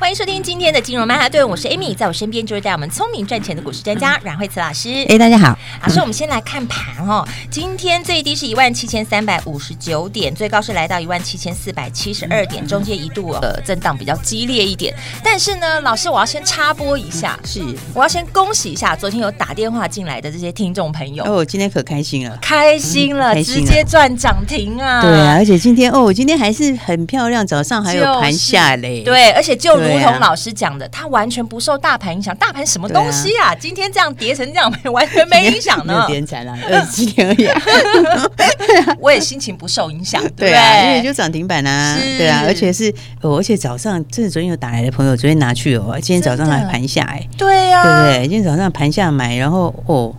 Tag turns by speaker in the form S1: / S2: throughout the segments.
S1: 欢迎收听今天的金融曼哈顿，我是 Amy，在我身边就是带我们聪明赚钱的股市专家阮慧慈老师
S2: 哎、。大家好，
S1: 老师，我们先来看盘哦。今天最低是一万七千三百五十九点，最高是来到一万七千四百七十二
S2: 嗯
S1: 点，中间一度呃震荡比较激烈一点。但是呢，老师，我要先插播一下，
S2: 是
S1: 我要先恭喜一下昨天有打电话进来的这些听众朋友，
S2: 哦，今天可开心了。
S1: 开心了，
S2: 嗯开心
S1: 直
S2: 了
S1: 接赚涨停啊！
S2: 对啊，而且今天哦，今天还是很漂亮，早上还有
S1: 就是
S2: 盘下嘞。
S1: 对，而且就如
S2: 对
S1: 同
S2: 啊
S1: 老师讲的，它完全不受大盘影响。大盘什么东西啊？今天这样跌成这样，完全没影响
S2: 没有
S1: 呢。
S2: 点惨啦，二十七点而已啊。
S1: 我也心情不受影响， 对
S2: 对
S1: 不
S2: 啊，因
S1: 对？
S2: 为就涨停板啊，
S1: 是
S2: 对啊，而且是，哦而且早上这昨天有打来的朋友，昨天拿去哦，今天早上
S1: 真的
S2: 还盘下哎，
S1: 对啊呀、
S2: 对不对？今天早上盘下买，然后哦，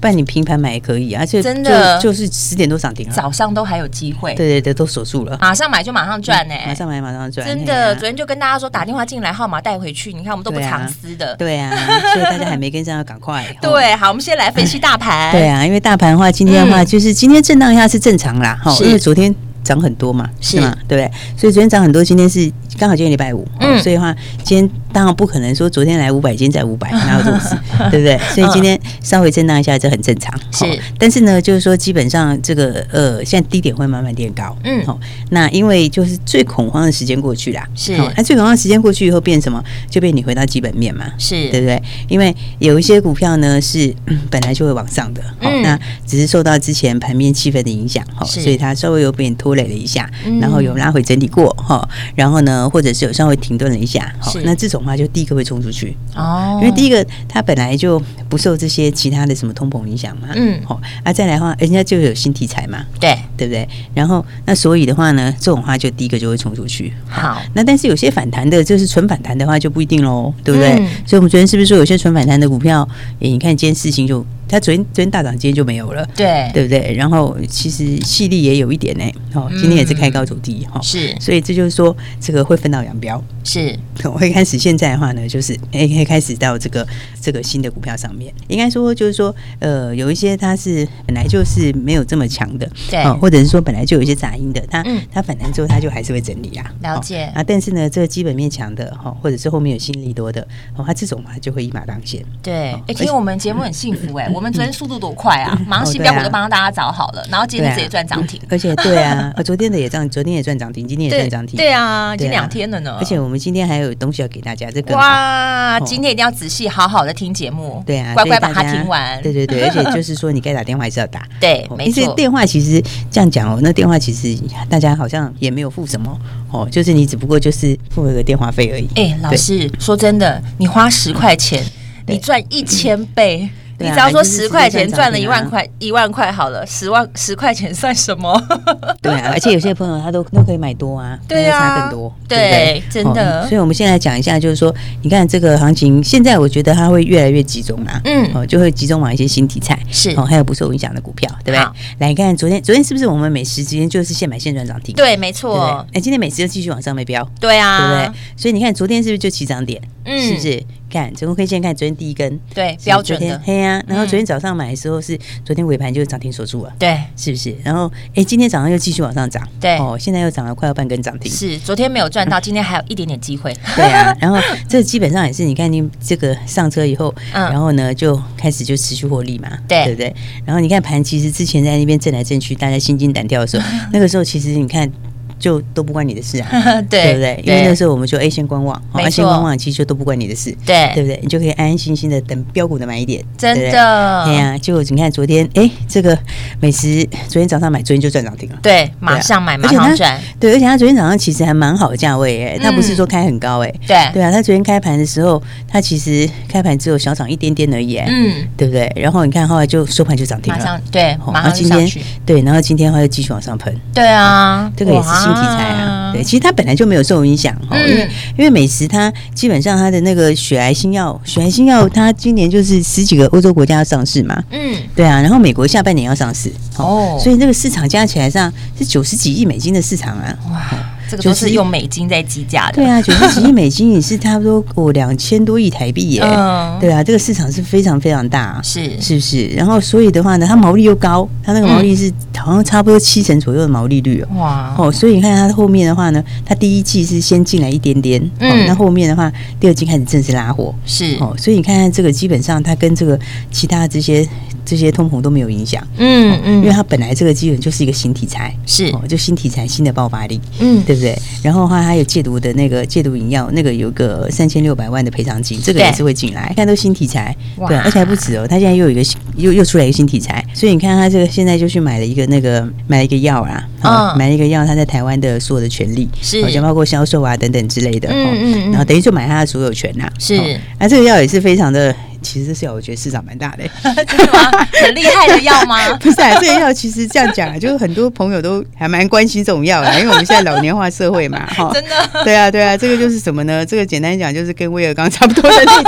S2: 不然你平盘买也可以啊，就
S1: 真的
S2: 就就是十点多涨停了，
S1: 早上都还有机会，
S2: 对对对，都锁住了，
S1: 马上买就马上赚呢、
S2: 马上买马上赚，
S1: 真
S2: 哎
S1: 的，
S2: 呀
S1: 昨天就跟大家说打电话进来，号码带回去。你看我们都不
S2: 对啊
S1: 藏私的。
S2: 对啊，所以大家还没跟上，要赶 快。哦
S1: 对，好，我们先来分析大盘。
S2: 对啊，因为大盘的话，今天的话、
S1: 嗯
S2: 就是今天震荡一下是正常啦，哈，
S1: 是
S2: 因为昨天涨很多嘛，
S1: 是
S2: 是吗？对不对？所以昨天涨很多，今天是刚好今天礼拜五，
S1: 嗯
S2: 嗯，所以的话今天当然不可能说昨天来五百，今天再 五百，哪有这种事，对不对？所以今天稍微震荡一下，这很正常。
S1: 嗯是
S2: 齁但是呢，就是说基本上这个呃，现在低点会慢慢垫高，
S1: 嗯
S2: 齁，那因为就是最恐慌的时间过去啦，
S1: 是
S2: 齁那最恐慌的时间过去以后变什么？就变你回到基本面嘛，
S1: 是，
S2: 对不对？因为有一些股票呢是、嗯本来就会往上的，好、
S1: 嗯
S2: 那只是受到之前盘面气氛的影响，哈、
S1: 是
S2: 所以它稍微有点拖累了一下，
S1: 嗯
S2: 然后有拉回整理过，哈、然后呢，或者是有稍微停顿了一下，齁
S1: 是
S2: 那这种话就第一个会冲出去，
S1: 哦
S2: 因为第一个它本来就不受这些其他的什么通膨影响嘛，
S1: 嗯
S2: 好、啊，再来的话，人家就有新题材嘛，
S1: 哦对，
S2: 对不对？然后那所以的话呢，这种话就第一个就会冲出去，
S1: 好，
S2: 那但是有些反弹的，就是纯反弹的话就不一定喽，对不对？
S1: 嗯
S2: 所以我们昨天是不是说有些纯反弹的股票，诶你看今天事情就它昨天昨天大涨，今天就没有了。
S1: 对，
S2: 对不对？然后其实细粒也有一点呢、
S1: 嗯
S2: 哦，今天也是开高走低哈、哦，
S1: 是
S2: 所以这就是说这个会分道扬镳。
S1: 是，
S2: 我会开始现在的话呢，就是诶可以开始到这个这个新的股票上面，应该说就是说呃有一些它是本来就是没有这么强的，
S1: 对
S2: 哦，或者是说本来就有一些杂音的，它、
S1: 嗯
S2: 它反弹之后它就还是会整理啦，
S1: 了
S2: 哦
S1: 解
S2: 啊，但是呢这个基本面强的哈、哦，或者是后面有新利多的，哦，它这种嘛就会一马当先，
S1: 对
S2: 哦。
S1: 哎，听我们节目很幸福 哎，我们昨天速度多快啊！马上新标股都帮大家找好了，然后今天
S2: 对啊
S1: 直接赚涨停。
S2: 而且对啊，呃昨天的也涨，昨天也赚涨停，今天也
S1: 对
S2: 赚涨停，
S1: 对啊，已经
S2: 对啊
S1: 两天了呢。
S2: 而且我们今天还有东西要给大家，这更好。
S1: 哇，
S2: 哦
S1: 今天一定要仔细好好的听节目，
S2: 对啊，
S1: 乖乖
S2: 所
S1: 把
S2: 以
S1: 它
S2: 大家
S1: 听完。
S2: 对 对对，而且就是说，你该打电话还是要打。
S1: 对
S2: 哦
S1: 没错
S2: 因为电话其实这样讲哦，那电话其实大家好像也没有付什么哦，就是你只不过就是付了个电话费而已。
S1: 哎，老
S2: 对
S1: 师说真的，你花十块钱，你赚一千倍。
S2: 对
S1: 你
S2: 啊
S1: 只要说
S2: 就是
S1: 十块
S2: 直接
S1: 钱
S2: 赚
S1: 赚了一
S2: 涨停啊
S1: 万块，一万块好了，十万十块钱算什么？
S2: 对啊，而且有些朋友他都都可以买多啊，
S1: 对啊
S2: 那就差更多，
S1: 对
S2: 对不对
S1: 真的
S2: 哦所以我们现在讲一下，就是说，你看这个行情，现在我觉得它会越来越集中啊，
S1: 嗯
S2: 哦，就会集中往一些新题材，
S1: 是
S2: 哦，还有不受影响的股票，对不对
S1: 好？
S2: 来，你看昨天，昨天是不是我们美食之间就是现买现赚涨停？
S1: 对，没
S2: 对不对，
S1: 错
S2: 哎，、今天美食又继续往上没标，
S1: 对
S2: 对不
S1: 啊
S2: 对，？所以你看昨天是不是就起涨点？
S1: 嗯
S2: 是不是？看成功 K 线，看昨天第一根
S1: 对
S2: 是
S1: 标准
S2: 昨天
S1: 的，
S2: 黑啊，然后
S1: 嗯
S2: 昨天早上买的时候是昨天尾盘就是涨停锁住了。
S1: 对，
S2: 是不是？然后，哎，今天早上又继续往上涨，
S1: 对
S2: 哦，现在又涨了快要半根涨 停，
S1: 是昨天没有赚到，今天还有一点点机会。
S2: 对啊。然后这基本上也是，你看你这个上车以后，
S1: 嗯
S2: 然后呢就开始就持续获利嘛，
S1: 对
S2: 对不对？然后你看盘，其实之前在那边震来震去，大家心惊胆跳的时候，
S1: 嗯
S2: 那个时候其实你看就都不关你的事啊，
S1: 对
S2: 对不对？因为那时候我们就哎先观望，
S1: 没
S2: 啊
S1: 错
S2: 先观望，其实就都不关你的事，对
S1: 对
S2: 不对？你就可以安安心心的等标股的买点，
S1: 真
S2: 对不对。
S1: 的
S2: 哎呀，就你看昨天，哎，这个美食昨天早上买，昨天就赚涨停了。
S1: 对，马上买，马
S2: 而且
S1: 上
S2: 它
S1: 赚，
S2: 对，而且它昨天早上其实还蛮好的价位哎、它不
S1: 嗯
S2: 是说开很高哎、
S1: 对，
S2: 对啊，它昨天开盘的时候，它其实开盘只有小涨一点点而已、哎
S1: 嗯，
S2: 对不对？然后你看后来就收盘就涨停
S1: 马
S2: 了。
S1: 上对，
S2: 哦
S1: 马
S2: 那
S1: 上就
S2: 今
S1: 上
S2: 天
S1: 去，
S2: 对，然后今天的话又继续往上喷，
S1: 对啊，
S2: 这个也是新新题材啊
S1: 啊，
S2: 对，其实它本来就没有受影响哈，
S1: 嗯
S2: 因为因为美食它基本上它的那个血癌新药，血癌新药它今年就是十几个欧洲国家要上市嘛，
S1: 嗯，
S2: 对啊，然后美国下半年要上市，
S1: 哦
S2: 所以那个市场加起来上是九十几亿美金的市场啊，
S1: 哇，这个都
S2: 就是
S1: 是用美金在计价的，
S2: 对啊，九十几亿美金也是差不多我两千多亿台币耶，
S1: 嗯
S2: 对啊，这个市场是非常非常大、啊，
S1: 是
S2: 是不是？然后所以的话呢，它毛利又高，它那个
S1: 嗯
S2: 毛利是好像差不多七成左右的毛利率哦。
S1: 哇，
S2: 哦，所以你看它后面的话呢，它第一季是先进来一点点，哦
S1: 嗯，
S2: 那后面的话，第二季开始正式拉货，
S1: 是，
S2: 哦，所以你看看这个，基本上它跟这个其他这些这些通膨都没有影响，
S1: 嗯
S2: 因为
S1: 嗯，
S2: 它本来这个基本就是一个新题材，
S1: 是，
S2: 哦，就新题材新的爆发力，
S1: 嗯，
S2: 对不对？然后的话，还有戒毒的那个戒毒饮药，那个有个三千六百万的赔偿金，这个
S1: 对
S2: 也是会进来。现在都新题材，
S1: 哇
S2: 对啊，而且还不止哦，他现在又有一个新又又出来一个新题材，所以你看他这个现在就去买了一个那个买了一个药啊，哦
S1: 嗯
S2: 买了一个药，他在台湾的所有的权利，
S1: 是
S2: 好像包括销售啊等等之类的，
S1: 嗯
S2: 哦
S1: 嗯嗯
S2: 然后等于就买他的所有权呐、啊，
S1: 是
S2: 哦那、这个药也是非常的，其实这是药我觉得市场蛮大的、欸
S1: 真的吗？很厉害的 药吗？
S2: 不是啊，这个药其实这样讲啊，就是很多朋友都还蛮关心这种药的，因为我们现在老年化社会嘛，哈，
S1: 真 的。
S2: 对啊，对啊，这个就是什么呢？这个简单讲就是跟威尔刚差不多的那种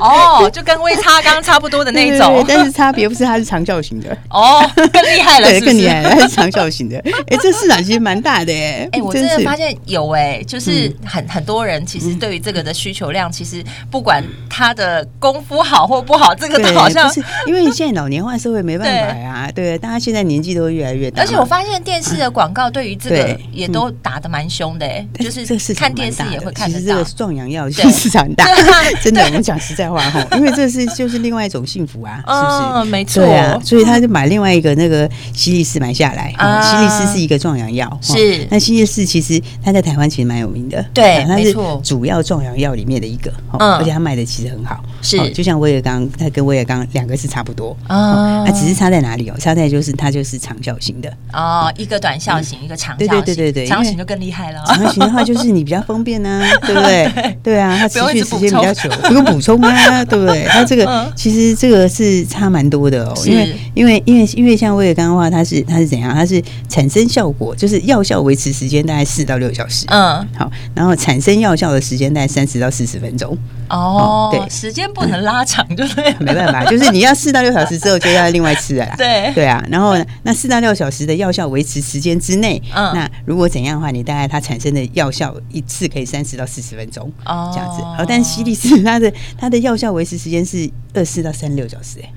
S1: 哦，就跟微差刚差不多的 那一
S2: 对对对
S1: 种
S2: 但是差别不是它是长效 型的，
S1: 哦，更厉害了，
S2: 对，
S1: 是不
S2: 更厉
S1: 是？
S2: 害，它是长效 型的。哎，这市场其实蛮大的哎，
S1: 哎、我真的
S2: 是
S1: 发现有哎、就是
S2: 嗯
S1: 很、很多人其实对于这个的需求量，其实不管他的功夫好或不好，这个
S2: 对，
S1: 都好像
S2: 不。是因为现在老年化社会没办法呀，对，大家现在年纪都越来越大，
S1: 而且我。发现电视的广告对于这个
S2: 对
S1: 也都打得蛮凶的、哎，
S2: 但
S1: 就是
S2: 这个市场
S1: 看电视
S2: 蛮大
S1: 也
S2: 的
S1: 会看
S2: 其
S1: 得
S2: 实这
S1: 到
S2: 个。壮阳药其实市场 很大
S1: 对啊，
S2: 真的，我们讲实在话哈，因为这是就是另外一种幸福啊，是不是？
S1: 嗯，没错
S2: 对，啊，所以他就把另外一个那个西力士买下来。
S1: 啊
S2: 啊、西力士是一个壮阳药，
S1: 是
S2: 哦那西力士其实它在台湾其实蛮有名的，
S1: 对
S2: 啊它
S1: 没
S2: 是
S1: 错
S2: 主要壮阳药里面的一个，哦
S1: 嗯
S2: 而且它卖的其实很好，
S1: 是
S2: 就像威尔刚，它跟威尔刚两个是差不多。
S1: 啊
S2: 哦，它、只是差在哪里哦？差在就是它就是长效型的，
S1: 哦，一个短效型，一个长效型，
S2: 对对对对对
S1: 长效
S2: 因为
S1: 型就更厉害 了。
S2: 长效型的话就是你比较方便啊， 对不对？对啊，它持
S1: 不用一
S2: 续
S1: 直
S2: 时间比较久，不用补充 啊，对不对？它这个
S1: 嗯
S2: 其实这个是差蛮多的哦，
S1: 是
S2: 因为因为因为因为像威尔刚的话，它是它是怎样？它是产生效果，就是药效维持时间大概四到六小时。
S1: 嗯，
S2: 好，然后产生药效的时间大概三十到四十分钟，
S1: 哦，
S2: 对
S1: 时间不能拉长，就对了，
S2: 没 办法，就是你要四到六小时之后就要另外吃了啦。
S1: 对
S2: 对啊，然后呢那四到六小时的药效维持时间之内，
S1: 嗯
S2: 那如果怎样的话，你大概它产生的药效一次可以三十到四十分钟，
S1: 哦
S2: 这样子。好，但西力士它的它的药效维持时间是二四到三六小时、欸，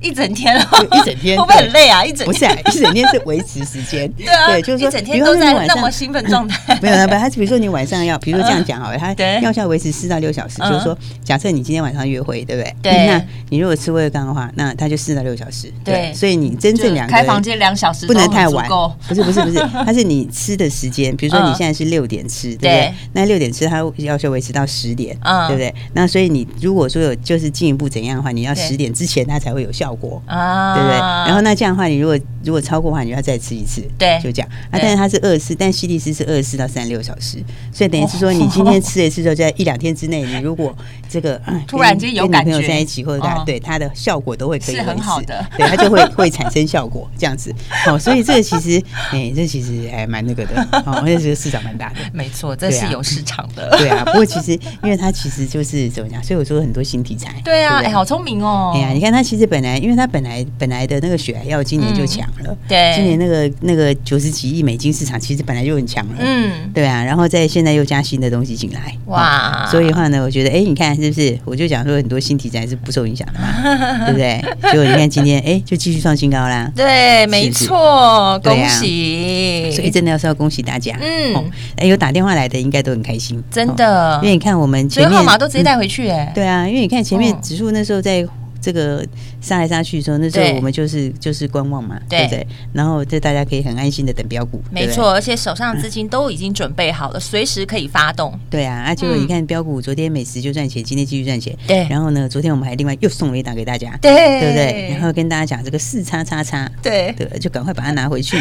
S1: 一整天了，
S2: 对一整天
S1: 会不会很累啊？一整
S2: 不是、
S1: 天
S2: 啊、 一整天是维持时间，对
S1: 啊
S2: 就是说
S1: 一整天
S2: 比如说
S1: 都在
S2: 你晚上
S1: 那 么兴奋状态
S2: 没有啦，不，他比如说你晚上要，比如说这样讲好了，他
S1: 对
S2: 药效维持四到六小时，
S1: 嗯
S2: 就是说，假设你今天晚上约会，对不对？
S1: 对
S2: 那你如果吃威尔刚的话，那他就四到六小时，
S1: 对
S2: 所以你真
S1: 就
S2: 正两个
S1: 开
S2: 人
S1: 房间两小时
S2: 不能太
S1: 都很
S2: 晚
S1: 足够，
S2: 不是不 是不是，它是你吃的时间，比如说
S1: 嗯
S2: 你现在是六点吃，对不
S1: 对
S2: 对？那六点吃，它要求维持到十点，
S1: 嗯
S2: 对不对？那所以你如果说有就是进一步怎样的话，你要
S1: 对
S2: 十点之前它才会有效果。
S1: 啊，
S2: 对不对？然后那这样的话，你如果如果超过的话，你就要再吃一次，
S1: 对
S2: 就这样。啊，
S1: 对
S2: 但是它是二十四，但西力斯是二十四到三六小时，所以等于是说，
S1: 哦
S2: 你今 天吃了一次之后，在一两天之内，你如果这个、嗯
S1: 突然间有
S2: 跟
S1: 感
S2: 女朋
S1: 觉
S2: 友在一起，或者干
S1: 哦
S2: 嘛对它的效果都会可以
S1: 是很
S2: 维持
S1: 好的
S2: 对它就会会产生效果这样子。好、所以这个其实，哎，这其实还蛮那个的，哦，而且这个市场蛮大的。
S1: 没错，这
S2: 对
S1: 是
S2: 啊
S1: 有市场的。
S2: 对啊，不过其实因为它其实就是怎么讲，所以我说很多新题材。
S1: 对啊，
S2: 不
S1: 哎，好聪明哦！
S2: 哎呀，你看它其实本来，因为它本来本来的那个血癌药今年就强了，
S1: 嗯对
S2: 今年那个那个九十几亿美金市场其实本来就很强了，
S1: 嗯，
S2: 对啊，然后在现在又加新的东西进来，
S1: 哇
S2: 哦所以的话呢，我觉得，哎，你看是不是？我就讲说很多新题材是不受影响的 嘛，对不对？结果你看今天，哎，就继续创新高啦，
S1: 对，没错，
S2: 对
S1: 恭
S2: 啊
S1: 喜！
S2: 所以真的要是要恭喜大家，
S1: 嗯
S2: 哦哎，有打电话来的应该都很开心，
S1: 真
S2: 哦，
S1: 的
S2: 因为，你看我们
S1: 所以
S2: 前面嗯
S1: 号码都直接带回去哎。
S2: 对啊，因为你看前
S1: 嗯
S2: 面指数那时候在这个杀来杀去的时候，那时候
S1: 对
S2: 我们就是就是观望嘛，
S1: 对
S2: 对不对？然后这大家可以很安心的等标股，对
S1: 没
S2: 不对。
S1: 错，而且手上的资金都已经准备好了，随时可以发动。
S2: 对啊，啊，结果
S1: 嗯
S2: 你看标股，昨天美食就赚钱，今天继续赚钱。
S1: 对
S2: 然后呢，昨天我们还另外又送了一档给大家，
S1: 对，
S2: 对不对？然后跟大家讲这个四叉叉叉，
S1: 对，
S2: 对，就赶快把它拿 回去，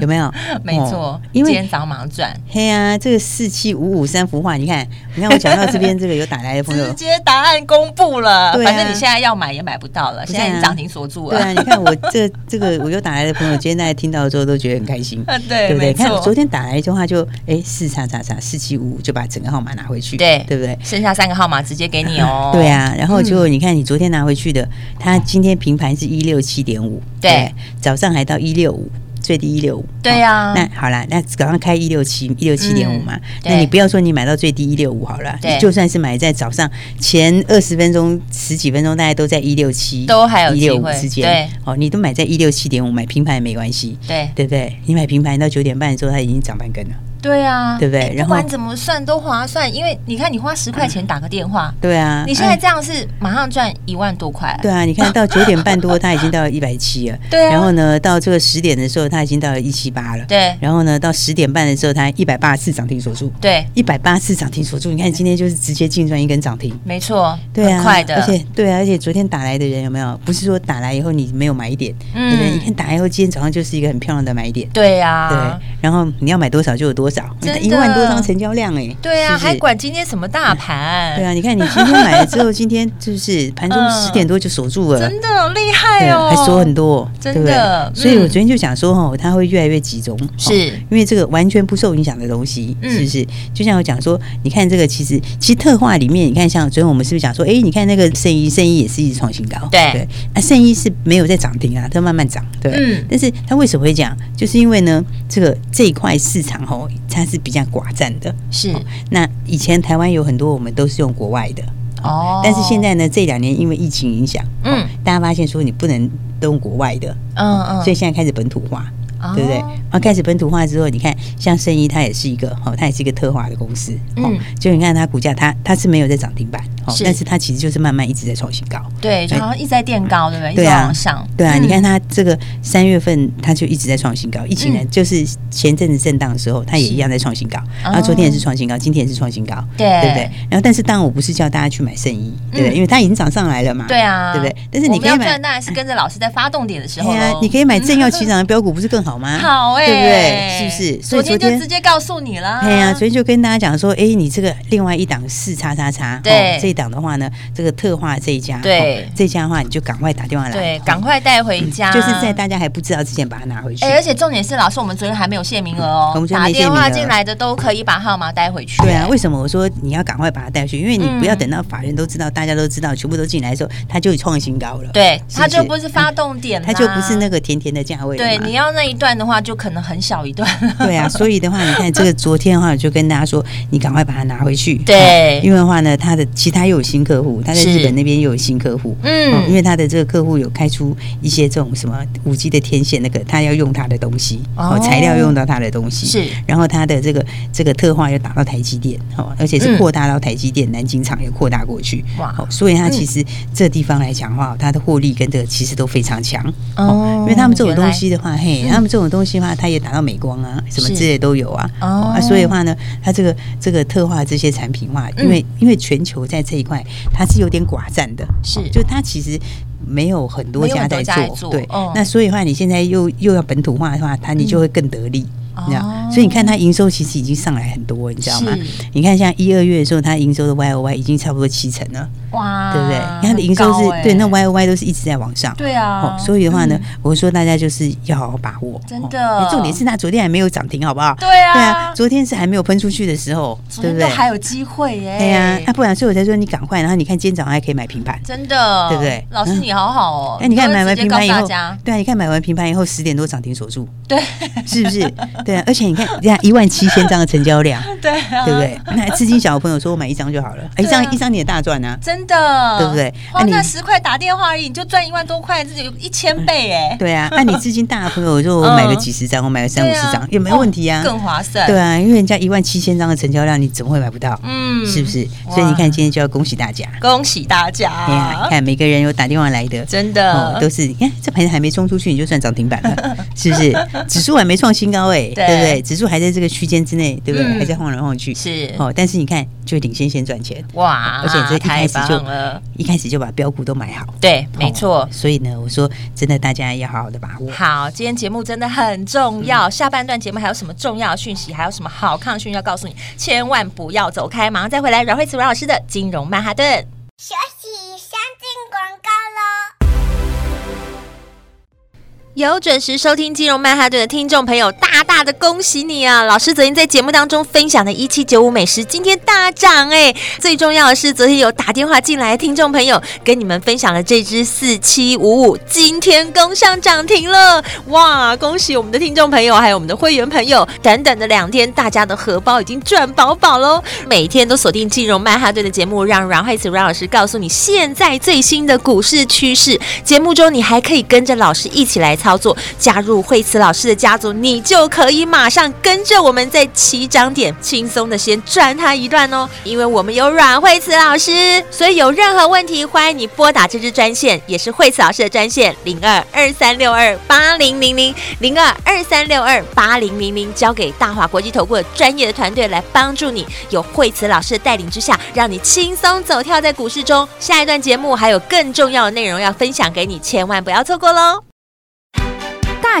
S2: 有没有？
S1: 没错
S2: 哦，
S1: 今
S2: 因为
S1: 天早上马上赚，
S2: 嘿啊，这个四七五五三幅画，你看，你看我讲到这边，这个有打来的朋友
S1: 直，接答案公布了。
S2: 对啊
S1: 反正你现在要买也买不到了，
S2: 不
S1: 现
S2: 在啊
S1: 在已经涨停锁住
S2: 对啊，
S1: 了。
S2: 你看我这这个，我又打来的朋友，今天大家听到之后都觉得很开 心，
S1: 啊，对，
S2: 对不对？
S1: 没
S2: 看我昨
S1: 错，
S2: 天打来的话就，哎四叉叉叉四七五五就把整个号码拿回去，
S1: 对
S2: 对不对？
S1: 剩下三个号码直接给你哦。
S2: 对，啊，然后就你看，你昨天拿回去的，它今天平盘是一六七点五，
S1: 对，
S2: 早上还到一六五，最低一六五，哦
S1: 对啊嗯
S2: 那好啦，那早上开一六七一六七点五嘛，
S1: 对
S2: 那你不要说你买到最低一六五好了，
S1: 对
S2: 你就算是买在早上前二十分钟、十几分钟，大概都在一六七，
S1: 都还有
S2: 一
S1: 机
S2: 六五
S1: 会
S2: 之间
S1: 对，
S2: 哦，你都买在一六七点五，买平盘也没关系。
S1: 对
S2: 对不对？你买平盘到九点半的时候，它已经涨半根了。
S1: 对啊，
S2: 对不对
S1: 哎
S2: 然
S1: 不
S2: 后
S1: 管怎么算都划算，因为你看，你花十块钱打个电话，
S2: 对啊，
S1: 你现在
S2: 哎
S1: 这样是马上赚一万多块。
S2: 对啊，你看 到九点半多，它已经到一百七了。
S1: 对啊
S2: 然后呢，到这个十点的时候，它已经到了一七八了。。
S1: 对
S2: 然后呢，到十点半的时候，它一百八十四涨停锁住，
S1: 对，
S2: 一百八十四涨停锁住。你看今天就是直接净赚一根涨停。
S1: 没错，
S2: 对啊，
S1: 很快的，
S2: 而且对啊，而且昨天打来的人有没有？不是说打来以后你没有买一点，
S1: 嗯
S2: 对不对？你看打来以后，今天早上就是一个很漂亮的买一点，
S1: 对
S2: 对
S1: 啊。。
S2: 然后你要买多少就有多少，
S1: 真的
S2: 一万多张成交量哎、
S1: 对啊，
S2: 是不是
S1: 还管今天什么大盘？
S2: 对啊，你看你今天买了之后，今天就是盘中
S1: 嗯
S2: 十点多就锁住了，
S1: 真的厉害
S2: 对，啊
S1: 哦，
S2: 还锁很多，
S1: 真
S2: 对不对
S1: 的
S2: 所以我
S1: 嗯
S2: 昨天就想说，哦，它会越来越集中，哦
S1: 是
S2: 因为这个完全不受影响的东西，
S1: 嗯
S2: 是不是？就像我讲说，你看这个其实其实特化里面，你看像昨天我们是不是讲说，哎，你看那个圣衣，圣衣也是一直创新高，
S1: 对
S2: 啊，圣衣是没有在涨停啊，它慢慢涨，对，
S1: 嗯
S2: 但是它为什么会讲？就是因为呢，这个这一块市场哦，它是比较寡占的，
S1: 是
S2: 哦那以前台湾有很多我们都是用国外的，
S1: 哦
S2: 但是现在呢，这两年因为疫情影响，
S1: 嗯
S2: 哦大家发现说你不能都用国外的，
S1: 嗯嗯，
S2: 所以现在开始本土化，
S1: 哦
S2: 对不对？然后开始本土化之后，你看像圣衣，它也是一个哦，它也是一个特化的公司，哦
S1: 嗯，
S2: 就你看它股价，它它是没有在涨停板，哦，
S1: 是
S2: 但是它其实就是慢慢一直在创新高。
S1: 对，就好像一直在垫高，对不对？一直
S2: 对啊
S1: 往上，
S2: 对啊，
S1: 嗯
S2: 你看它这个三月份，它就一直在创新高。疫情呢，
S1: 嗯
S2: 就是前阵子震荡的时候，它也
S1: 是
S2: 一样在创新高。然后昨天也是创新高，今天也是创新高，
S1: 对
S2: 对不对？然后，但是当然我不是叫大家去买圣衣，对不
S1: 嗯
S2: 对？因为它已经涨上来了嘛，
S1: 对啊，
S2: 对不对？但是你
S1: 我
S2: 可
S1: 们
S2: 以
S1: 要
S2: 买
S1: 赚，，当然是跟着老师在发动点的时候
S2: 哎呀
S1: 喽，
S2: 你可以买正要起涨的标股，不是更好吗？
S1: 好哎，
S2: 对不对？是不是？所
S1: 昨天
S2: 以昨
S1: 就
S2: 天
S1: 直。接告诉你了，
S2: 哎呀，昨天就跟大家讲说，哎，你这个另外一档四叉叉叉，
S1: 对
S2: 哦这一档的话呢，这个特化这一家，
S1: 对
S2: 哦这家的话你就赶快打电话来，
S1: 对
S2: 哦，
S1: 赶快带回家，
S2: 就是在。大家还不知道之前把它拿回去。
S1: 哎、而且重点是，老师，我们昨天还没有限名额哦。
S2: 我们昨天
S1: 打
S2: 没限
S1: 电
S2: 名额
S1: 话进来的都可以把号码带回去。
S2: 对啊，为什么我说你要赶快把它带回去？因为你
S1: 嗯
S2: 不要等到法人都知道，大家都知道，全部都进来的时候，它就创新高了。，
S1: 对，
S2: 是不
S1: 它就是不是发动点啦，
S2: 它就不是那个甜甜的价位了
S1: 对，
S2: 嘛。
S1: 你要那一段的话，就可能很小一段。
S2: 对啊，所以的话，你看这个昨天的话，我就跟大家说，你赶快把它拿回去。
S1: 对
S2: 哦因为的话呢，它的其他又有新客户，它在
S1: 是
S2: 日本那边又有新客户。哦因
S1: 嗯，
S2: 为它的这个客户有开出一些这种什么五 G 的天线，那个他要用他的东西，
S1: 哦
S2: 哦，材料用到他的东西，
S1: 嗯是
S2: 然后它的这个这个特化又打到台积电，哦，而且是
S1: 嗯
S2: 扩大到台积电、南京厂也扩大过去，
S1: 哇
S2: 哦，所以它其实这地方来讲的话，它的获利跟这个其实都非常强，
S1: 哦嗯
S2: 因为他们这种东西的话，嘿，他们这种东西的话，它也打到美光啊，什么
S1: 是
S2: 之类都有啊，
S1: 哦
S2: 啊，所以的话呢，它这个这个特化这些产品的话，
S1: 嗯
S2: 因为因为全球在这一块它是有点寡占的，
S1: 是
S2: 就它其实。没有很多
S1: 没有
S2: 家
S1: 很多
S2: 在
S1: 家在
S2: 做，
S1: 做
S2: 对
S1: 嗯，
S2: 那所以的话，你现在又又要本土化的话，它你就会更得力，你知道
S1: 哦？
S2: 所以你看它营收其实已经上来很多，你知道吗
S1: 是？
S2: 你看像一二月的时候，它营收的 Y O Y 已经差不多七成了，
S1: 哇，
S2: 对不对？你看它的营收
S1: 很
S2: 是
S1: 高欸
S2: 对，那 Y O Y 都是一直在往上，
S1: 对啊，
S2: 哦，所以的话呢，
S1: 嗯
S2: 我说大家就是要好好把握，
S1: 真
S2: 哦
S1: 的
S2: 重点是它昨天还没有涨停，好不好？
S1: 对啊
S2: 对啊，昨天是还没有喷出去的时候，
S1: 昨
S2: 对
S1: 天
S2: 不
S1: 都
S2: 对？
S1: 还有机会耶，
S2: 对呀，啊，不然所以我才说你赶快，然后你看今天早上还可以买平盘。
S1: 真的，
S2: 对不对
S1: 老师
S2: 嗯
S1: 你好好哦，
S2: 哎，你看
S1: 都会
S2: 买完
S1: 直接
S2: 平
S1: 告
S2: 盘
S1: 诉
S2: 以
S1: 大
S2: 后
S1: 家，，
S2: 对啊，你看买完平盘以后十点多涨停锁住，
S1: 对
S2: 是不是？对啊，而且你看，这样一万七千张的成 交量，
S1: 对啊，
S2: 对不？对？那资金小的朋友说我买一张就好了，哎一
S1: 对啊
S2: 张一张你也大赚啊，
S1: 真的，
S2: 对不对
S1: 花
S2: 啊你
S1: 那十块打电话而已，你就赚一万多块，这有一千倍 哎，
S2: 对啊。那你资金大的朋友，说我买了
S1: 嗯
S2: 几十张，我买了三
S1: 对
S2: 五
S1: 啊，
S2: 十张，也没有问题啊
S1: 哦，更划算，
S2: 对，啊，因为人家一万七千张的成交量，你怎么会买不到？
S1: 嗯
S2: 是不是？
S1: 哇
S2: 所以你看，今天就要恭喜大家。
S1: 恭喜大
S2: 哎呀，你
S1: 家，
S2: 看每个人有打电话来的，
S1: 真的
S2: 哦，都是你看这盘还没冲出去，你就算涨停板 了，是不是？指数还没创新高哎、
S1: 对
S2: 对不对？指数还在这个区间之内，对不对？
S1: 嗯
S2: 还在晃来晃去，
S1: 是
S2: 哦。但是你看，就领先先赚钱，
S1: 哇，
S2: 而且这一
S1: 太
S2: 开始就
S1: 棒了，
S2: 一开始就把标股都买好，
S1: 对，没错
S2: 哦。所以呢，我说真的，大家要好好的把握。
S1: 好，今天节目真的很重要。下半段节目还有什么重要讯息，还有什么好抗讯要告诉你，千万不要走开，马上再回来。阮慧慈阮老师的金融曼哈顿。
S3: 学习先进广告喽。
S1: 有准时收听金融曼哈顿的听众朋友，大大的恭喜你啊！老师昨天在节目当中分享的一七九五美食，今天大涨哎！最重要的是，昨天有打电话进来的听众朋友跟你们分享了这只四七五五，今天攻上涨停了哇！恭喜我们的听众朋友，还有我们的会员朋友，短短的两天，大家的荷包已经赚饱饱喽！每天都锁定金融曼哈顿的节目，让阮慧慈阮老师告诉你现在最新的股市趋势。节目中你还可以跟着老师一起来。操作加入惠慈老师的家族，你就可以马上跟着我们在起涨点轻松的先赚它一段哦。因为我们有阮惠慈老师，所以有任何问题欢迎你拨打这支专线，也是惠慈老师的专线零二二三六二八零零零零二二三六二八零零零，交给大华国际投顾的专业的团队来帮助你。有惠慈老师的带领之下，让你轻松走跳在股市中。下一段节目还有更重要的内容要分享给你，千万不要错过喽！
S4: 大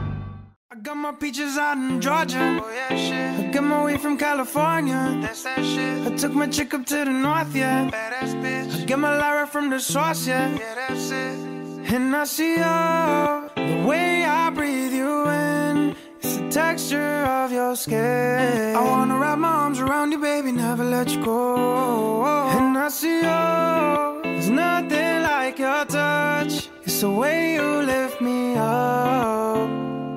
S5: I got my peaches out in Georgia. Oh, yeah, shit. I got my weed from California. That's that shit. I took my chick up to the north, yeah. Badass bitch. I got my Lyra from the source, yeah. Yeah, that's it. And I see you. The way I breathe you in. It's the texture of your skin. I wanna wrap my arms around you, baby. Never let you go. And I see you. There's nothing like your touch. It's the way you lift me up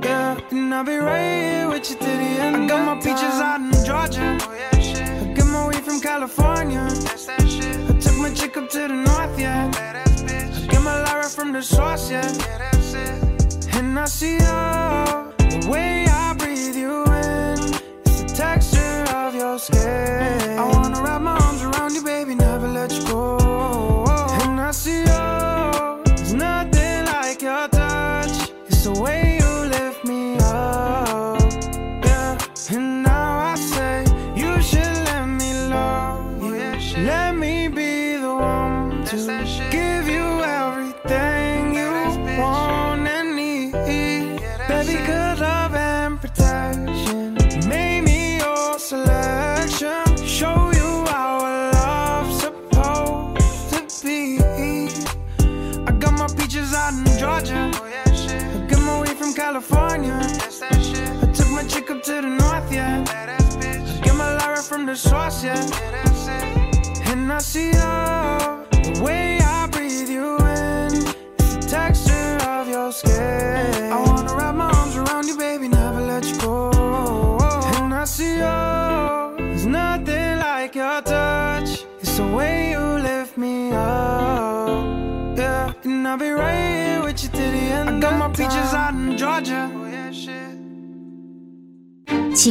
S5: yeah. And I'll be right here with you to the end. I got my peaches out in Georgia. Oh, yeah, shit. I got my weed from California. That's that shit. I took my chick up to the north, yeah. Badass bitch. I got my Lyra from the source, yeah. Yeah, that's it. And I see you the way I breathe you in. It's the texture of your skin. I wanna wrap my arms around you, baby, never let you go. And I see you. There's nothing like your touch. It's the way you lift me up. Yeah. And now I say, you should let me love you. Let me be the one to give you everything you want and need. Baby, good love and protection. Make me your selection. Show you how a love's supposed to be. I got my peaches out in Georgia. Oh, yeah, shit. I got my weed from California. That's that shit. I took my chick up to the north, yeah. Badass bitch. I got my Lyra from the source, yeah. Yeah, that's it. And I see you the way I breathe you in. It's the texture of your skin. I wanna wrap my arms around you, baby, never let you go. And I see you. There's nothing like your touch. It's the way you lift me up. Yeah, and I'll be right here with you to the end. I got my peaches out in Georgia. Oh, yeah, shit.
S4: 奇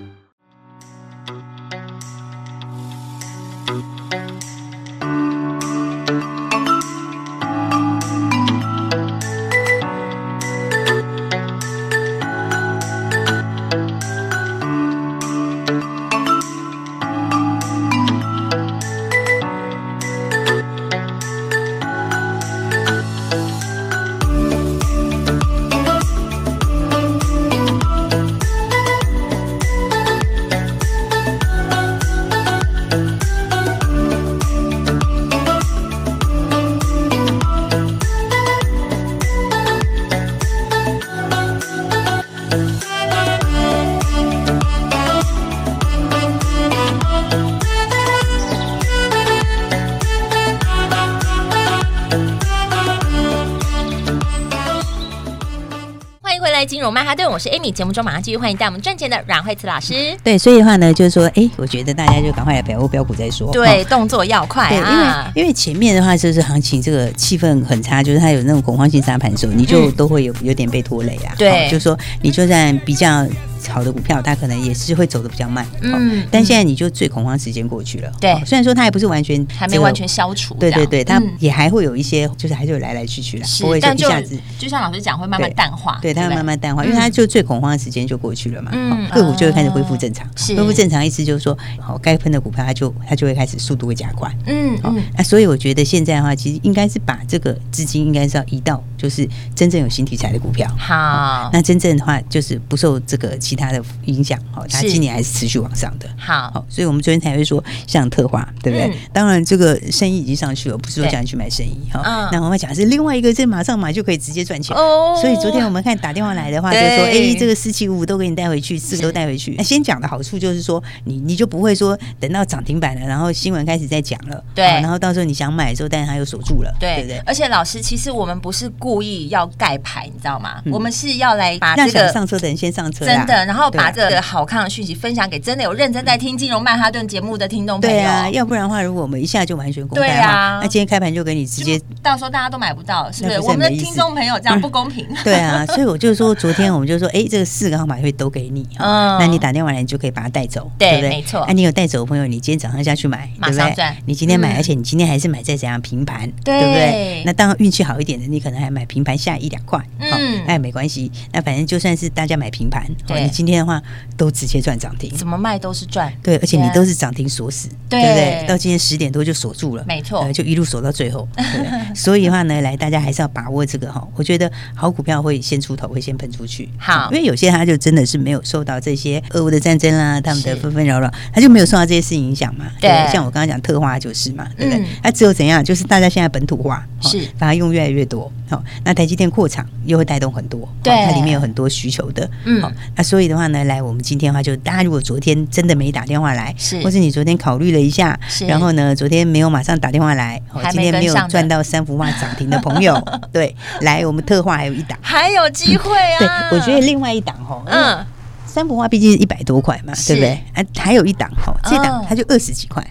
S1: 在金融曼哈顿，我是 Amy。节目中马上继续欢迎带我们赚钱的阮慧慈老师。
S2: 对，所以的话呢，就是说，哎，我觉得大家就赶快来把握标股再说。
S1: 对，
S2: 哦
S1: 动作要快
S2: 对，因为
S1: 啊！
S2: 因为前面的话就是行情这个气氛很差，就是它有那种恐慌性沙盘的时候，你就
S1: 嗯
S2: 都会有有点被拖累啊。
S1: 对
S2: 哦就是说你就算比较好的股票，它可能也是会走的比较慢。
S1: 嗯
S2: 嗯，但现在你就最恐慌时间过去了。
S1: 对
S2: 哦虽然说它也不是完全
S1: 还没
S2: 这个
S1: 完全消除这
S2: 对
S1: 样，
S2: 对对，它
S1: 嗯
S2: 也还会有一些，就是还是有来来去去啦，
S1: 是
S2: 不会，说
S1: 但
S2: 一
S1: 就
S2: 下子。
S1: 就像老师讲，会慢慢
S2: 对
S1: 淡化，
S2: 对，它
S1: 不
S2: 会慢慢淡化，因为
S1: 嗯
S2: 它就最恐慌的时间就过去了嘛，
S1: 嗯
S2: 哦个股就会开始恢复正常。
S1: 是
S2: 恢复正常意思就是说，好，该喷的股票它就它就会开始速度会加快。
S1: 嗯
S2: 哦
S1: 嗯，
S2: 那所以我觉得现在的话，其实应该是把这个资金应该是要移到就是真正有新题材的股票。
S1: 好
S2: 那真正的话就是不受这个其他的影响，哦，它
S1: 是
S2: 今年还是持续往上的。
S1: 好
S2: 好，所以我们昨天才会说像特化，对不对？
S1: 嗯
S2: 当然，这个生意已经上去了，不是说
S1: 对
S2: 叫你去买生意哈。
S1: 嗯
S2: 那我们讲的是另外一个，这马上买就可以直接赚钱。
S1: 哦
S2: 所以昨天我们看打电话来的话，就
S1: 对
S2: 说：“哎，这个四七五五都给你带回去，四个都带回去。”那先讲的好处就是说，你你就不会说等到涨停板了，然后新闻开始在讲了，
S1: 对
S2: 啊然后到时候你想买的时候，但是它又锁住了，对不对？
S1: 而且老师，其实我们不是故意要盖牌，你知道吗？
S2: 嗯
S1: 我们是要来把
S2: 让
S1: 这
S2: 想
S1: 个
S2: 上车的人先上车啦，
S1: 真的，然后
S2: 对啊
S1: 把这个好看的讯息分享给真的有认真在听金融曼哈顿节目的听众朋友。
S2: 对啊，要不然的话，如果我们一下就完全公开
S1: 对
S2: 的
S1: 啊
S2: 话，那今天开盘就给你直接
S1: 到时候大家都买不到，是不是？
S2: 那不是
S1: 我们的
S2: 很没意思
S1: 听众朋友这样不公平。
S2: 对啊，所以我就说，昨天我们就说，哎，这个四个号码会都给你，
S1: 嗯
S2: 哦那你打电话来，你就可以把它带走，
S1: 对
S2: 不对？
S1: 没错
S2: 那你有带走的朋友，你今天早上下去买，
S1: 马
S2: 对不
S1: 上
S2: 对
S1: 赚
S2: 你今天
S1: 嗯
S2: 买，而且你今天还是买在怎样平盘，
S1: 对
S2: 不对？那当然运气好一点的，你可能还买平盘下一两块，
S1: 嗯
S2: 好那也没关系。那反正就算是大家买平盘，哦
S1: 对
S2: 你今天的话都直接赚涨停。
S1: 怎么卖都是赚，
S2: 对，而且你
S1: Yeah
S2: 都是涨停锁死，
S1: 啊对
S2: 不对？到今天十点多就锁住了，
S1: 没错
S2: 呃就一路锁到最后。对 不对所以的话呢，来大家还是要把握这个哈。我觉得好股票会先出头，会先喷出去。
S1: 好
S2: 因为有些它就真的是没有受到这些俄乌的战争啦，他们
S1: 是
S2: 的纷纷扰扰，它就没有受到这些事情影响嘛。
S1: 对
S2: 不像我刚刚讲特化就是嘛，对不对
S1: 嗯？
S2: 它只有怎样，就是大家现在本土化，哦
S1: 是
S2: 把它用越来越多。好，那台积电扩厂又会带动很多，哦
S1: 对
S2: 它里面有很多需求的。
S1: 嗯
S2: 好那所以的话呢，来我们今天的话就，大家如果昨天真的没打电话来，
S1: 是
S2: 或是你昨天考虑了一下
S1: 是，
S2: 然后呢，昨天没有马上打电话来，哦
S1: 还没
S2: 今天没有
S1: 跟上的
S2: 赚到三幅画涨停的 朋友，对，来我们特化还有一档。
S1: 还有机会
S2: 对
S1: 啊！，
S2: 我觉得另外一档吼，嗯，
S1: 嗯，
S2: 三幅画毕竟一百多块嘛，
S1: 是
S2: 对不对？啊，还有一档吼，这档
S1: 嗯
S2: 它就二十几块，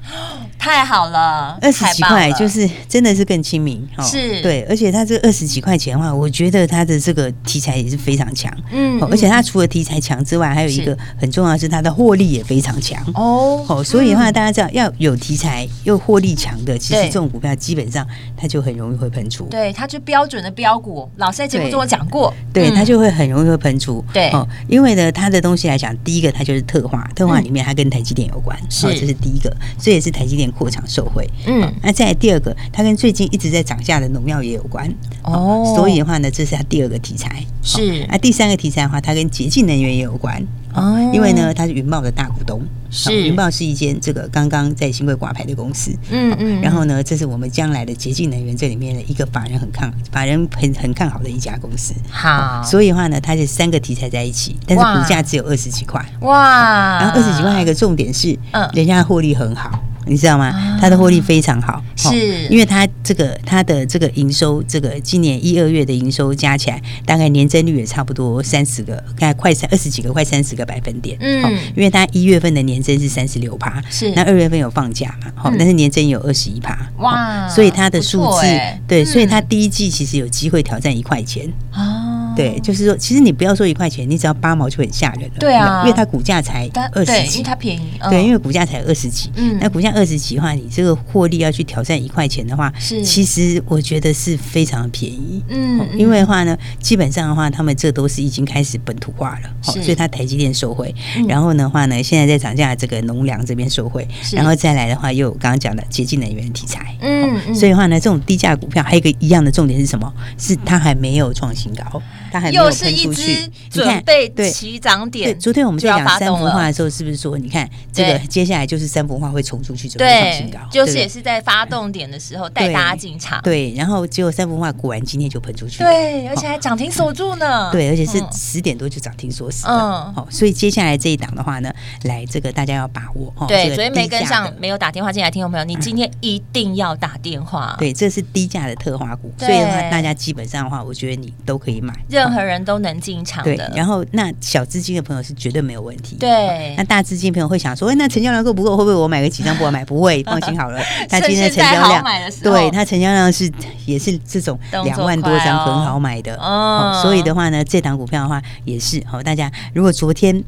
S1: 太好了，
S2: 二十几
S1: 太棒
S2: 块
S1: 了
S2: 就是真的是更亲民哦。
S1: 是
S2: 对，而且它这二十几块钱的话，我觉得它的这个题材也是非常强，
S1: 嗯
S2: 哦而且它除了题材强之外，还有一个很重要的是它的获利也非常强。
S1: 哦
S2: 哦，所以的话，大家知道要有题材又获利强的，其实
S1: 对
S2: 这种股票基本上它就很容易会喷出，
S1: 对，它就标准的标股，老师在节目
S2: 对
S1: 中有讲过，
S2: 对，
S1: 嗯
S2: 它就会很容易会喷出，
S1: 对
S2: 哦，因为呢，它的东西来讲，第一个它就是特化，特化
S1: 嗯
S2: 里面它跟台积电有关，
S1: 是
S2: 哦这是第一个，所以也是台积电扩厂受惠。
S1: 嗯
S2: 那再来第二个，它跟最近一直在涨价的农药也有关，
S1: 哦
S2: 所以的话呢，这是它第二个题材。
S1: 是
S2: 那第三个题材的话，它跟洁净能源也有关，
S1: 哦
S2: 因为呢，它是云豹的大股东，
S1: 是
S2: 哦云豹是一间这个刚刚在新贵挂牌的公司，
S1: 嗯
S2: 哦
S1: 嗯
S2: 然后呢，这是我们将来的洁净能源这里面的一个法人很看法人很很看好的一家公司，
S1: 好，
S2: 所以的话呢，它是三个题材在一起，但是
S1: 啊哇
S2: 股价只有二十几块，
S1: 哇，
S2: 然后二十几块还有一个重点是，
S1: 嗯啊
S2: 人家的获利很好。你知道吗？它的获利非常好，
S1: 是
S2: 哦因为它这个它的这个营收，这个今年一二月的营收加起来，大概年增率也差不多三十个，大概快三二十几个，快三十个百分点。
S1: 嗯
S2: 哦因为它一月份的年增是三十六趴，
S1: 是
S2: 那二月份有放假嘛，好、
S1: 嗯
S2: 但是年增有二十一趴，
S1: 哇
S2: 哦所以它的数
S1: 不错
S2: 字
S1: 欸
S2: 对，
S1: 嗯
S2: 所以它第一季其实有机会挑战一块钱，
S1: 哦，
S2: 对，就是说，其实你不要说一块钱，你只要八毛就很吓人了。
S1: 对啊
S2: 因为它股价才
S1: 但
S2: 二
S1: 对，
S2: 十
S1: 因
S2: 几
S1: 为，它便宜，
S2: 对，因
S1: 为
S2: 为股价才二十几。
S1: 嗯
S2: 那股价二十几的话，你这个获利要去挑战一块钱的话，
S1: 是
S2: 其实我觉得是非常便宜。
S1: 嗯
S2: 哦
S1: 嗯
S2: 因为的话呢，基本上的话，他们这都是已经开始本土化了，哦
S1: 是嗯
S2: 所以它台积电受惠，然后的话呢，现在在涨价的这个农粮这边受惠，
S1: 是
S2: 然后再来的话，又有刚刚讲的洁净能源题材，
S1: 嗯嗯
S2: 所以的话呢，这种低价股票还有一个一样的重点是什么？是它还没有创新高，它还没有
S1: 又是
S2: 喷
S1: 一
S2: 出去
S1: 只。
S2: 你
S1: 准
S2: 看，
S1: 备
S2: 对
S1: 起涨
S2: 对，
S1: 点，
S2: 昨天我们
S1: 就
S2: 在
S1: 要
S2: 讲
S1: 发
S2: 三
S1: 动
S2: 幅
S1: 了
S2: 画的时候，是不是说你看这个
S1: 对
S2: 接下来就是三幅画会冲出去，准备创新
S1: 对
S2: 高，，
S1: 就是
S2: 对不对
S1: 也是在发动点的时候带
S2: 对
S1: 大家进场，
S2: 对，然后结果三幅画果然今天就喷出去了，
S1: 对，而且还涨停锁住呢，
S2: 对，而且是
S1: 嗯
S2: 十点多就涨停锁死
S1: 嗯
S2: 了。好，所以接下来这一档的话呢，来这个大家要把握哦。这
S1: 对，
S2: 个
S1: 昨天没
S2: 低
S1: 跟
S2: 价
S1: 上
S2: 的，嗯
S1: 没有打电话进来，听众朋友，你今天一定要打电话，
S2: 对，这是低价的特化股，
S1: 对
S2: 所以的话，大家基本上的话，我觉得你都可以买。
S6: 任何人都能进场
S2: 对，
S6: 的。
S2: 然后那小资金的朋友是绝对没有问题。
S6: 对
S2: 那大资金朋友会想说，哎，那成交量够不够？会不会我买个 几张不好买？不会，放心好了。他今天的成交
S6: 趁现在好
S2: 量
S6: 买的时，候
S2: 对他成交量是也是这种
S6: 动作
S2: 两
S6: 快哦
S2: 万多张很好买的
S6: 哦
S2: 所以的话呢，这档股票的话也是好，大家如果昨天。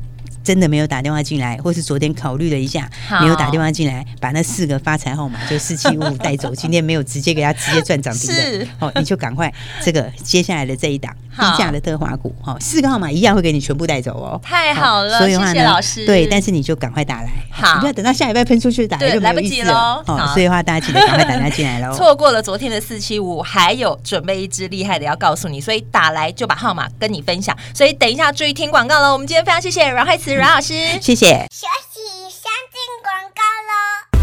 S2: 真的没有打电话进来，或是昨天考虑了一下
S6: 好，
S2: 没有打电话进来，把那四个发财号码就四七五五带走。今天没有直接给他直接赚涨停
S6: 是
S2: 的，哦，你就赶快这个接下来的这一档低
S6: 好
S2: 价的特化股，哦，四个号码一样会给你全部带走哦。
S6: 太好了
S2: 所以的话
S6: 谢谢
S2: 呢，
S6: 老师
S2: 对，但是你就赶快打来，
S6: 好
S2: 你不要等到下礼拜喷出去打
S6: 对
S2: 来就没有意思了
S6: 来不及咯
S2: 哦
S6: 好
S2: 所以的话，大家记得赶快打电话进来 喽。
S6: 错过了昨天的四七五，还有准备一支厉害的要告诉你，所以打来就把号码跟你分享。所以等一下注意听广告了。我们今天非常谢谢阮慧慈阮老师，
S2: 谢谢。
S7: 休息，上进广告喽。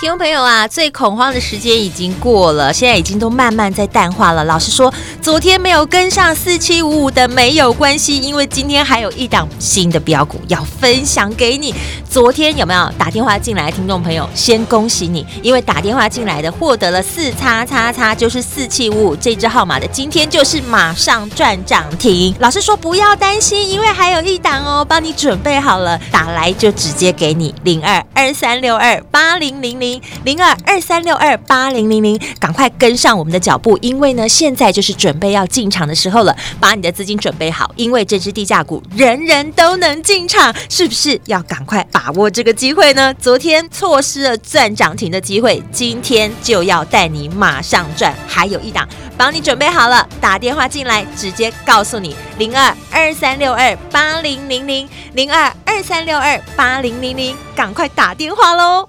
S1: 听众朋友啊，最恐慌的时间已经过了，现在已经都慢慢在淡化了。老实说，昨天没有跟上四七五五的没有关系，因为今天还有一档新的标股要分享给你。昨天有没有打电话进来的听众朋友？先恭喜你，因为打电话进来的获得了四叉叉叉，就是四七五五这支号码的，今天就是马上赚涨停。老师说不要担心，因为还有一档哦，帮你准备好了，打来就直接给你零二二三六二八零零零零二二三六二八零零零，赶快跟上我们的脚步，因为呢，现在就是准备要进场的时候了，把你的资金准备好，因为这只低价股人人都能进场，是不是要赶快把握这个机会呢？昨天错失了赚涨停的机会，今天就要带你马上赚，还有一档。帮你准备好了，打电话进来，直接告诉你零二二三六二八零零零零二二三六二八零零零，赶快打电话喽！